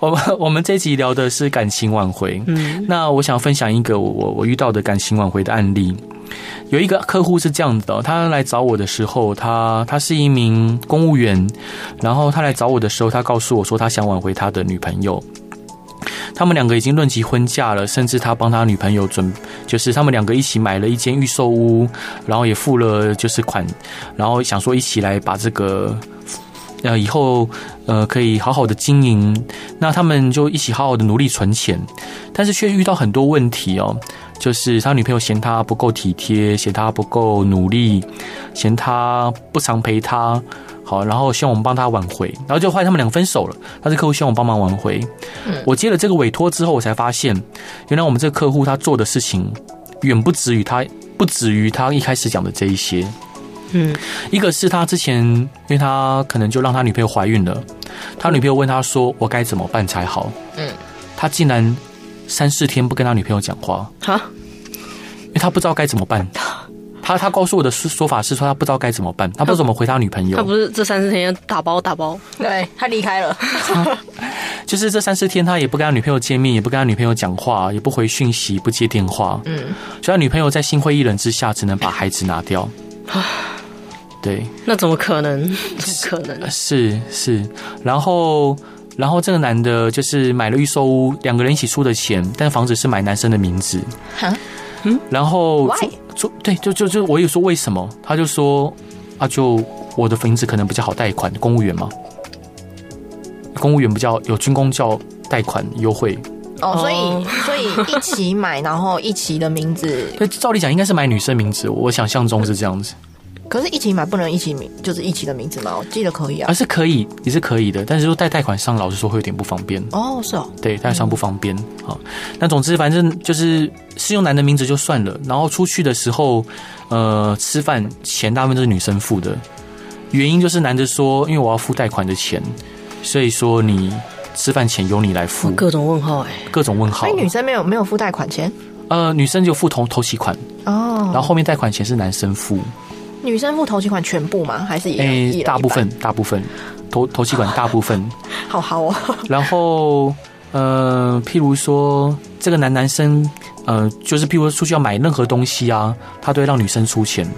Speaker 3: 我。
Speaker 1: <laughs> 我们我们这集聊的是感情挽回。嗯，那我想分享一个我我我遇到的感情挽回的案例。有一个客户是这样子的哦，他来找我的时候，他他是一名公务员，然后他来找我的时候，他告诉我说他想挽回他的女朋友。他们两个已经论及婚嫁了，甚至他帮他女朋友准，就是他们两个一起买了一间预售屋，然后也付了就是款，然后想说一起来把这个，呃，以后呃可以好好的经营，那他们就一起好好的努力存钱，但是却遇到很多问题哦，就是他女朋友嫌他不够体贴，嫌他不够努力，嫌他不常陪他。好，然后希望我们帮他挽回，然后就后来他们两个分手了。但是客户希望我帮忙挽回，我接了这个委托之后，我才发现，原来我们这个客户他做的事情远不止于他，不止于他一开始讲的这一些。
Speaker 2: 嗯，
Speaker 1: 一个是他之前，因为他可能就让他女朋友怀孕了，他女朋友问他说：“我该怎么办才好？”
Speaker 3: 嗯，
Speaker 1: 他竟然三四天不跟他女朋友讲话，
Speaker 2: 哈，
Speaker 1: 因为他不知道该怎么办。他他告诉我的说说法是说他不知道该怎么办，他不知道怎么回他女朋友。
Speaker 2: 他不是这三四天要打包打包，
Speaker 3: <laughs> 对他离开了，
Speaker 1: 就是这三四天，他也不跟他女朋友见面，也不跟他女朋友讲话，也不回讯息，不接电话。嗯，所以他女朋友在心灰意冷之下，只能把孩子拿掉。对，
Speaker 2: 那怎么可能？ <laughs> 怎么可能？
Speaker 1: 是是，然后然后这个男的就是买了预售屋，两个人一起出的钱，但房子是买男生的名字。
Speaker 3: 哈
Speaker 1: 嗯，然后
Speaker 3: Why？
Speaker 1: 住住对，就就就我有说为什么，他就说啊，就我的名字可能比较好贷款，公务员嘛，公务员比较有军工教贷款优惠，
Speaker 3: 哦，所
Speaker 2: 哦
Speaker 3: 以所以一起买，然后一起的名字，
Speaker 1: 对，照理讲应该是买女生名字，我想象中是这样子，
Speaker 3: 可是一起买不能一起名，就是一起的名字吗？我记得可以啊
Speaker 1: 而。是可以，也是可以的，但是说贷贷款上，老实说会有点不方便。
Speaker 3: 哦，是哦，
Speaker 1: 对，带上不方便好，那总之，反正就是是用男的名字就算了。然后出去的时候，呃，吃饭钱大部分都是女生付的，原因就是男的说，因为我要付贷款的钱，所以说你吃饭钱由你来付，
Speaker 2: 各种问号哎、
Speaker 1: 各种问号
Speaker 3: 所哦以。女生没有没有付贷款钱
Speaker 1: 呃，女生就付头头期款，
Speaker 3: 哦。
Speaker 1: 然后后面贷款钱是男生付，
Speaker 3: 女生付头期款全部吗？还是哦也啊
Speaker 1: 诶、
Speaker 3: 一人
Speaker 1: 哎大
Speaker 3: 一
Speaker 1: 部
Speaker 3: 半
Speaker 1: 分大部分头头期款大部分。
Speaker 3: 好好哦，
Speaker 1: 然后，呃，譬如说，这个男男生，呃，就是譬如说出去要买任何东西啊，他都会让女生出钱。啊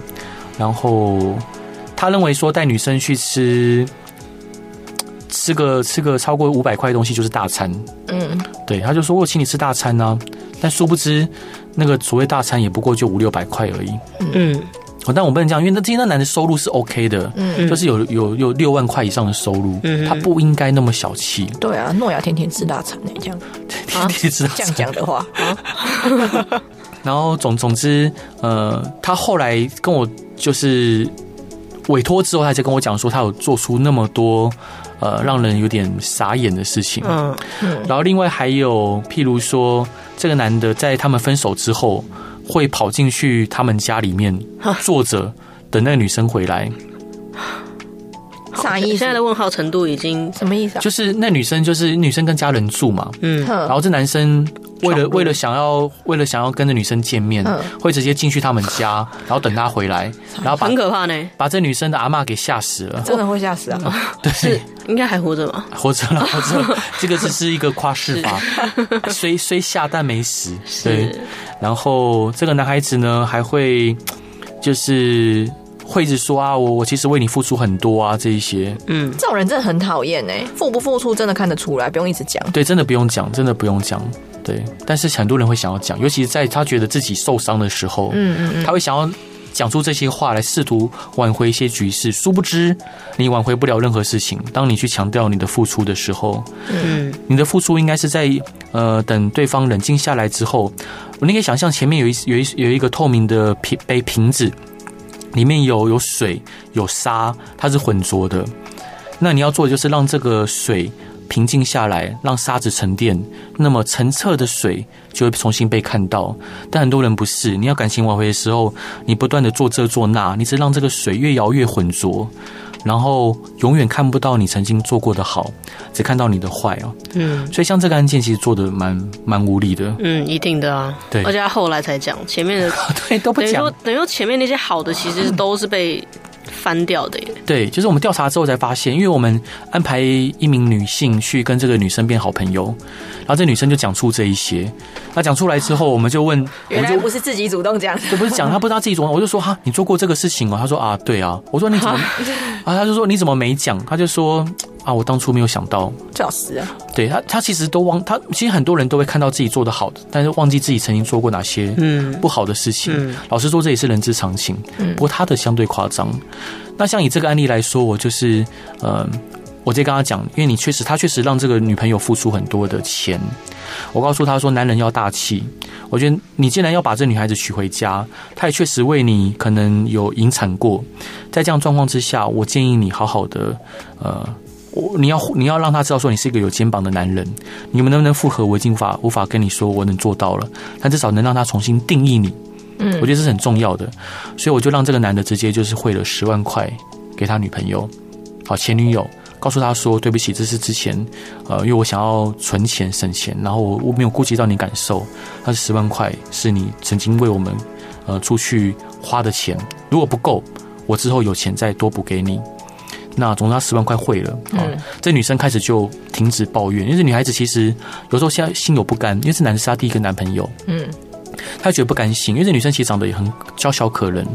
Speaker 1: 然后，他认为说带女生去吃，吃个吃个超过五百块的东西就是大餐。
Speaker 3: 嗯，
Speaker 1: 对，他就说我请你吃大餐啊，但殊不知，那个所谓大餐也不过就五六百块而已。
Speaker 2: 嗯，
Speaker 1: 哦，但我不能这样，因为那今天那男的收入是 OK 的，
Speaker 3: 嗯
Speaker 1: 就是有有有六万块以上的收入，
Speaker 2: 嗯
Speaker 1: 他不应该那么小气。
Speaker 3: 对啊，诺亚天天吃大餐呢，这样
Speaker 1: <laughs> 天天知道
Speaker 3: 啊这样讲的话，
Speaker 1: 然后总总之，呃，他后来跟我就是委托之后，他才跟我讲说，他有做出那么多呃让人有点傻眼的事情。
Speaker 2: 嗯，
Speaker 1: 然后另外还有，譬如说，这个男的在他们分手之后，会跑进去他们家里
Speaker 3: <laughs>
Speaker 1: 面
Speaker 3: 嗯
Speaker 1: 坐着等那个女生回来，
Speaker 3: 啥意
Speaker 2: 现在
Speaker 3: 思？
Speaker 2: 的问号程度已经，
Speaker 3: 什么意思啊？
Speaker 1: 就是那女生就是女生跟家人住嘛，
Speaker 2: 嗯，
Speaker 1: 然
Speaker 3: 哼
Speaker 1: 后这男生为
Speaker 3: 闯
Speaker 1: 了
Speaker 3: 入
Speaker 1: 为了想要为了想要跟着女生见面
Speaker 3: 嗯，
Speaker 1: 会直接进去他们家，然后等她回
Speaker 3: <laughs>
Speaker 1: 来，然后把
Speaker 2: 很可怕呢，
Speaker 1: 把这女生的阿嬷给吓死了。
Speaker 3: 真的会吓死啊！
Speaker 2: 是
Speaker 1: 对，
Speaker 2: 应该还活着吧？
Speaker 1: 活着了，活着
Speaker 3: <laughs>
Speaker 1: 了，这个只是一个夸饰法，虽虽吓但没死。对，
Speaker 2: 是，
Speaker 1: 然后这个男孩子呢，还会就是会一直说啊，我我其实为你付出很多啊，这一些。
Speaker 2: 嗯，
Speaker 3: 这种人真的很讨厌哎，付不付出真的看得出来，不用一直讲。
Speaker 1: 对，真的不用讲，真的不用讲。对，但是很多人会想要讲，尤其在他觉得自己受伤的时候，
Speaker 3: 嗯嗯
Speaker 1: 他会想要讲出这些话来试图挽回一些局势，殊不知你挽回不了任何事情。当你去强调你的付出的时候，
Speaker 2: 嗯，
Speaker 1: 你的付出应该是在呃等对方冷静下来之后，你可以想象前面有一有一有一个透明的瓶杯瓶子，里面有有水有沙，它是浑浊的。那你要做的就是让这个水平静下来，让沙子沉淀，那么澄澈的水就会重新被看到。但很多人不是，你要感情挽回的时候，你不断的做这做那，你只让这个水越摇越浑浊，然后永远看不到你曾经做过的好，只看到你的坏哦。
Speaker 2: 嗯
Speaker 1: 所以像这个案件，其实做的蛮蛮无 <laughs> 力的，
Speaker 2: 嗯，一定的啊。
Speaker 1: 对
Speaker 2: 而且他后来才讲，前 <laughs> 面的
Speaker 1: 对，都不
Speaker 2: 等于说
Speaker 1: 讲。
Speaker 2: 等于说前面那些好的其实都是被翻掉的耶。
Speaker 1: 对，就是我们调查之后才发现，因为我们安排一名女性去跟这个女生变好朋友，然后这女生就讲出这一些。那讲出来之后，我们 <laughs> 就问，我
Speaker 3: 原
Speaker 1: 们
Speaker 3: 来
Speaker 1: 就
Speaker 3: 不是自己主动讲，
Speaker 1: 这不是讲他不知道自己怎么，我就说哈，你做过这个事情哦。他说啊，对啊。我说你 <laughs> 怎么？啊，他就说你怎么没讲？他就说啊，我当初没有想到。
Speaker 3: 最好是啊，
Speaker 1: 对他，他其实都忘他，其实很多人都会看到自己做的好的，但是忘记自己曾经做过哪些
Speaker 2: 嗯
Speaker 1: 不好的事情。
Speaker 2: 嗯
Speaker 1: 老实说，这也是人之常情。不过他的相对夸张。那像以这个案例来说，我就是呃，我直接跟他讲，因为你确实，他确实让这个女朋友付出很多的钱。我告诉他说，男人要大气。我觉得你既然要把这女孩子娶回家，她也确实为你可能有引产过，在这样状况之下，我建议你好好的，呃，我你要你要让她知道说你是一个有肩膀的男人。你们能不能复合，我已经无法无法跟你说我能做到了，但至少能让她重新定义你。
Speaker 3: 嗯
Speaker 1: 我觉得这是很重要的，所以我就让这个男的直接就是汇了十万块给他女朋友，好前女友，告诉他说对不起，这是之前呃，因为我想要存钱省钱，然后我我没有顾及到你感受，那十万块是你曾经为我们呃出去花的钱，如果不够，我之后有钱再多补给你。那总之，他十万块汇了啊、
Speaker 3: 嗯
Speaker 1: 这女生开始就停止抱怨，因为这女孩子其实有时候现在心有不甘，因为这男的是她第一个男朋友，
Speaker 3: 嗯，
Speaker 1: 她觉得不甘心，因为这女生其实长得也很娇小可人，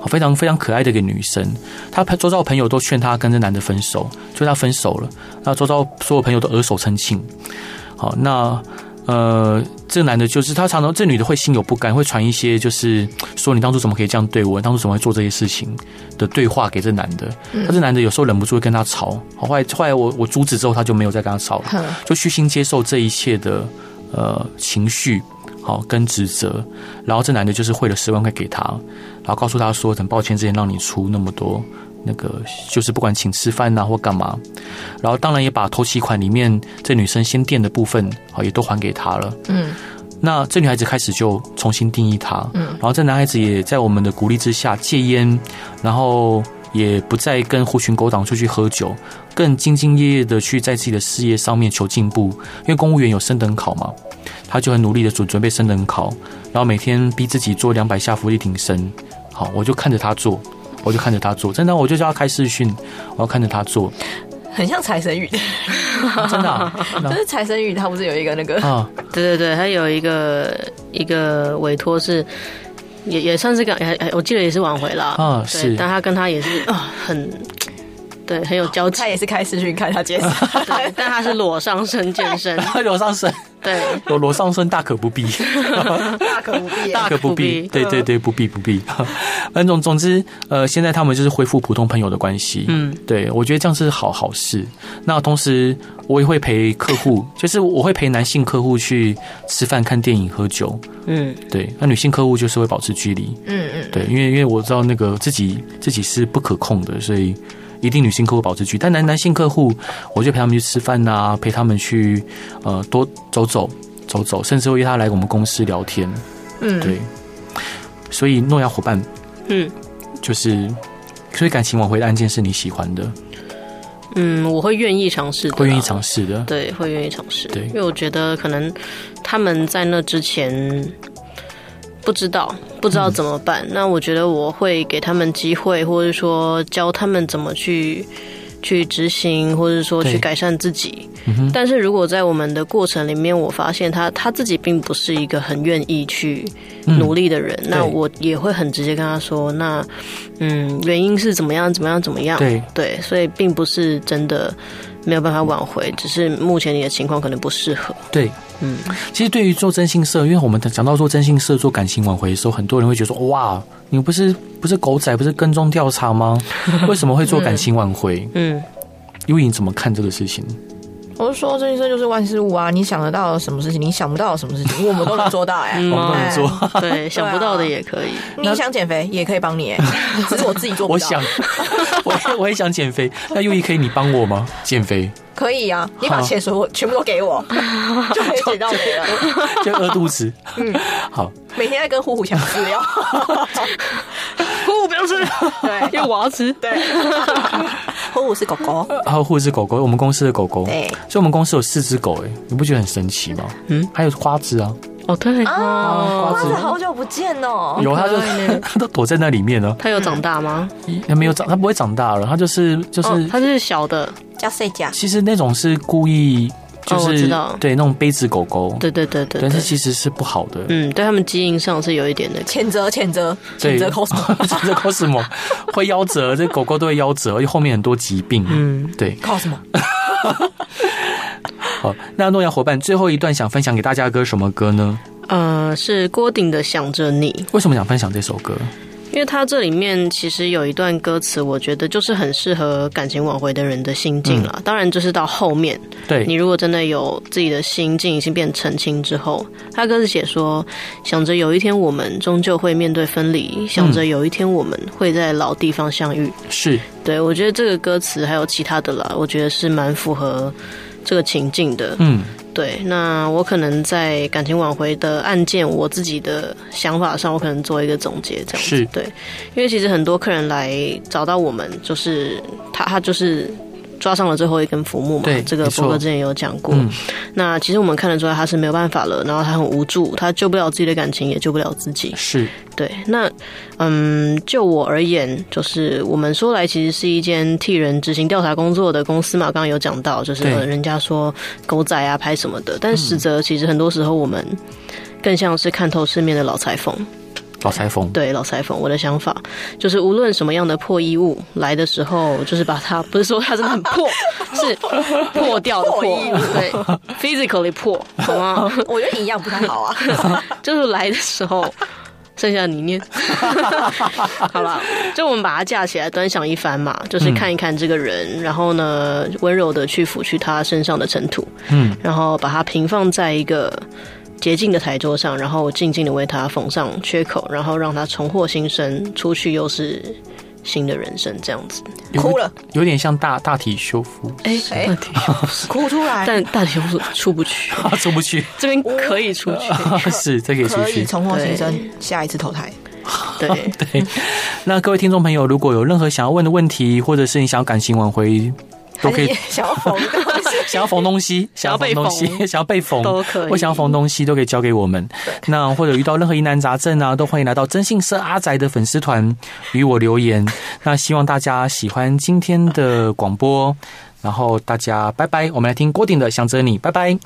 Speaker 1: 好非常非常可爱的一个女生。她周遭的朋友都劝她跟这男的分手，就她分手了。那周遭所有朋友都额手称庆。好，那呃，这个男的就是他常常这女的会心有不甘，会传一些就是说你当初怎么可以这样对我，你当初怎么会做这些事情的对话给这男的。那这男的有时候忍不住会跟他吵。好，后来后来我我阻止之后，他就没有再跟他吵了。
Speaker 3: 哼
Speaker 1: 就虚心接受这一切的呃情绪，好、跟指责，然后这男的就是汇了十万块给他，然后告诉他说，很抱歉之前让你出那么多，那个就是不管请吃饭啊呐、或干嘛，然后当然也把头期款里面这女生先垫的部分，好、也都还给他了。
Speaker 3: 嗯
Speaker 1: 那这女孩子开始就重新定义她，
Speaker 3: 嗯
Speaker 1: 然后这男孩子也在我们的鼓励之下戒烟，然后也不再跟狐群狗党出去喝酒，更兢兢业业的去在自己的事业上面求进步，因为公务员有升等考嘛，他就很努力的准准备升等考，然后每天逼自己做两百下伏地挺身，好，我就看着他做。我就看着他做，真的，我就叫他开视讯，我要看着他做，
Speaker 3: 很像财神雨，就
Speaker 1: 真的啊、真的啊
Speaker 3: 是财神雨，他不是有一个那个
Speaker 1: 啊，
Speaker 2: 对对对，他有一个一个委托是，也也算是个，哎哎我记得也是挽回啦。
Speaker 1: 啊
Speaker 2: 对
Speaker 1: 是
Speaker 2: 但他跟他也是啊、很，对，很有交集
Speaker 3: 他。也是开视讯看他介绍，
Speaker 2: 对， <laughs> 但他是裸上身健身， <laughs>
Speaker 1: 裸上身，
Speaker 2: 对，
Speaker 1: 裸裸上身大可不必。
Speaker 3: 大可不 <laughs> 必。
Speaker 2: 大
Speaker 1: 大可不必，对对对，不必不必。 <laughs> 反正总之，呃，现在他们就是恢复普通朋友的关系。
Speaker 2: 嗯，
Speaker 1: 对，我觉得这样是好好事。那同时，我也会陪客户，就是我会陪男性客户去吃饭、看电影、喝酒。
Speaker 2: 嗯，
Speaker 1: 对，那女性客户就是会保持距离。
Speaker 3: 嗯嗯，
Speaker 1: 对，因为因为我知道那个自己自己是不可控的，所以一定女性客户保持距离。但男男性客户，我就陪他们去吃饭呐、陪他们去呃多走走走走，甚至会约他来我们公司聊天。
Speaker 3: 嗯
Speaker 1: 对，所以诺亚伙伴，
Speaker 2: 嗯，
Speaker 1: 就是所以感情挽回的案件是你喜欢的，
Speaker 2: 嗯，我会愿意尝试的啦，
Speaker 1: 会愿意尝试的。
Speaker 2: 对，会愿意尝试。
Speaker 1: 对
Speaker 2: 因为我觉得可能他们在那之前不知道，不知道怎么办。
Speaker 1: 嗯
Speaker 2: 那我觉得我会给他们机会，或者说教他们怎么去。去执行，或者说
Speaker 1: 对嗯
Speaker 2: 去改善自己。但是如果在我们的过程里面，我发现他他自己并不是一个很愿意去
Speaker 1: 嗯
Speaker 2: 努力的人，那我也会很直接跟他说：“那嗯，原因是怎么样，怎么样，怎么样。”
Speaker 1: 对，
Speaker 2: 对，啊所以并不是真的没有办法挽回，只是目前你的情况可能不适合。
Speaker 1: 对，嗯，其实对于做征信社，因为我们讲到做征信社、做感情挽回的时候，很多人会觉得说：“哇，你不是不是狗仔，不是跟踪调查吗？为什么会做感情挽回
Speaker 2: 嗯，？”
Speaker 1: 因为你怎么看这个事情？
Speaker 3: 我是说，这一生就是万事物啊，你想得到什么事情，你想不到什么事情，我们都能做到哎、
Speaker 2: 嗯
Speaker 1: 我们不能
Speaker 3: 哎。
Speaker 1: 说，
Speaker 2: 对，想不到的也可以。
Speaker 3: 你想减肥也可以帮你、哎，只是我自己做不
Speaker 1: 我
Speaker 3: 到。
Speaker 1: 想， <laughs> 我也我也想减肥。那又一可以你帮我吗？减肥
Speaker 3: 可以啊，你把钱所有全部都给我， <laughs> 就可以减到肥了。
Speaker 1: <laughs> 就饿肚子。嗯， <laughs> 好，
Speaker 3: 每天在跟虎虎抢饲料，
Speaker 2: 可 <laughs> 我不要吃，因
Speaker 3: 对
Speaker 2: 为我要吃。
Speaker 3: 对，虎虎是狗狗，
Speaker 1: 还有护士狗狗，我们公司的狗狗，
Speaker 3: 对
Speaker 1: 所以我们公司有四只狗，哎，你不觉得很神奇吗？
Speaker 2: 嗯，
Speaker 1: 还有花枝啊，
Speaker 2: <laughs> 哦，对哦，
Speaker 3: 瓜子好久不见哦，
Speaker 1: 有它就 <laughs>
Speaker 2: 可爱呢
Speaker 1: 它都躲在那里面呢，
Speaker 2: 它有长大吗？
Speaker 1: 它没有长，它不会长大了，它就是就是、
Speaker 2: 哦，它是小的。
Speaker 3: 加睡加，
Speaker 1: 其实那种是故意，就
Speaker 2: 哦我
Speaker 1: 是、
Speaker 2: 知道
Speaker 1: 对那种杯子狗狗，
Speaker 2: 对对对对
Speaker 1: 但是。
Speaker 2: 对
Speaker 1: 其实是不好的。 <laughs>
Speaker 2: 嗯，对他们基因上是有一点的。
Speaker 3: 谴责谴责谴
Speaker 1: 对，
Speaker 3: 责 cosmo
Speaker 1: 这 cosmo 会夭折，这狗狗都会夭折，而且后面很多疾病。
Speaker 2: 嗯，
Speaker 1: 对，
Speaker 3: cosmo，
Speaker 1: 好，那诺亚伙伴最后一段想分享给大家的歌什么歌呢？
Speaker 2: 呃，是郭顶的《想着你》，
Speaker 1: 为什么想分享这首歌？
Speaker 2: 因为它这里面其实有一段歌词，我觉得就是很适合感情挽回的人的心境啦。当然，就是到后面
Speaker 1: 对，
Speaker 2: 你如果真的有自己的心境已经变澄清之后，他歌是写说，想着有一天我们终究会面对分离，想着有一天我们会在老地方相遇。
Speaker 1: 是
Speaker 2: 对我觉得这个歌词还有其他的啦，我觉得是蛮符合这个情境的。
Speaker 1: 嗯，
Speaker 2: 对，那我可能在感情挽回的案件，我自己的想法上，我可能做一个总结，这样子
Speaker 1: 是
Speaker 2: 对，因为其实很多客人来找到我们，就是他他就是抓上了最后一根浮木嘛
Speaker 1: 对，
Speaker 2: 这个
Speaker 1: 没错
Speaker 2: 博哥之前有讲过。
Speaker 1: 嗯
Speaker 2: 那其实我们看得出来他是没有办法了，然后他很无助，他救不了自己的感情，也救不了自己。
Speaker 1: 是，
Speaker 2: 对，那嗯，就我而言，就是我们说来其实是一间替人执行调查工作的公司嘛，刚刚有讲到，就是
Speaker 1: 对
Speaker 2: 呃人家说狗仔啊拍什么的，但实则其实很多时候我们更像是看透世面的老裁缝。
Speaker 1: 老裁缝。
Speaker 2: 对老裁缝，我的想法就是，无论什么样的破衣物来的时候，就是把它不是说它真的很
Speaker 3: <laughs>
Speaker 2: 破，是破掉的破，
Speaker 3: 破衣物
Speaker 2: 对，physically 破，好
Speaker 3: <laughs>
Speaker 2: 吗？ <laughs>
Speaker 3: 我觉得你一样不太好啊，
Speaker 2: 就是来的时候剩下你念，好吧？就我们把它架起来，端详一番嘛，就是看一看这个人，然后呢，温柔的去拂去他身上的尘土，
Speaker 1: 嗯，
Speaker 2: 然后把它平放在一个。洁净的台桌上，然后静静的为他缝上缺口，然后让他重获新生，出去又是新的人生，这样子。
Speaker 1: 有
Speaker 3: 哭了，
Speaker 1: 有点像大大体修复，
Speaker 2: 哎、
Speaker 3: 哎
Speaker 2: 大体又是，
Speaker 3: 哭出来，
Speaker 2: 但 <laughs> 大体又是出不去，
Speaker 1: 啊，出不去，
Speaker 2: 这边可以出去。
Speaker 1: 是这可以出
Speaker 3: 可以
Speaker 1: 去。
Speaker 3: 重获新生，下一次投胎。
Speaker 2: 对，
Speaker 1: 那各位听众朋友，如果有任何想要问的问题，或者是你想要感情挽回，都可以
Speaker 3: 还是你想要 <laughs> 缝的东西
Speaker 1: 想要缝东西，想要缝东西， <laughs> 想要被缝
Speaker 2: 都可以
Speaker 1: 或想要缝东西都可以交给我们。那或者遇到任何疑难杂症啊，都欢迎来到征信社阿宅的粉丝团与我留言。那希望大家喜欢今天的广播，然后大家拜拜，我们来听郭顶的《想着你》，拜拜。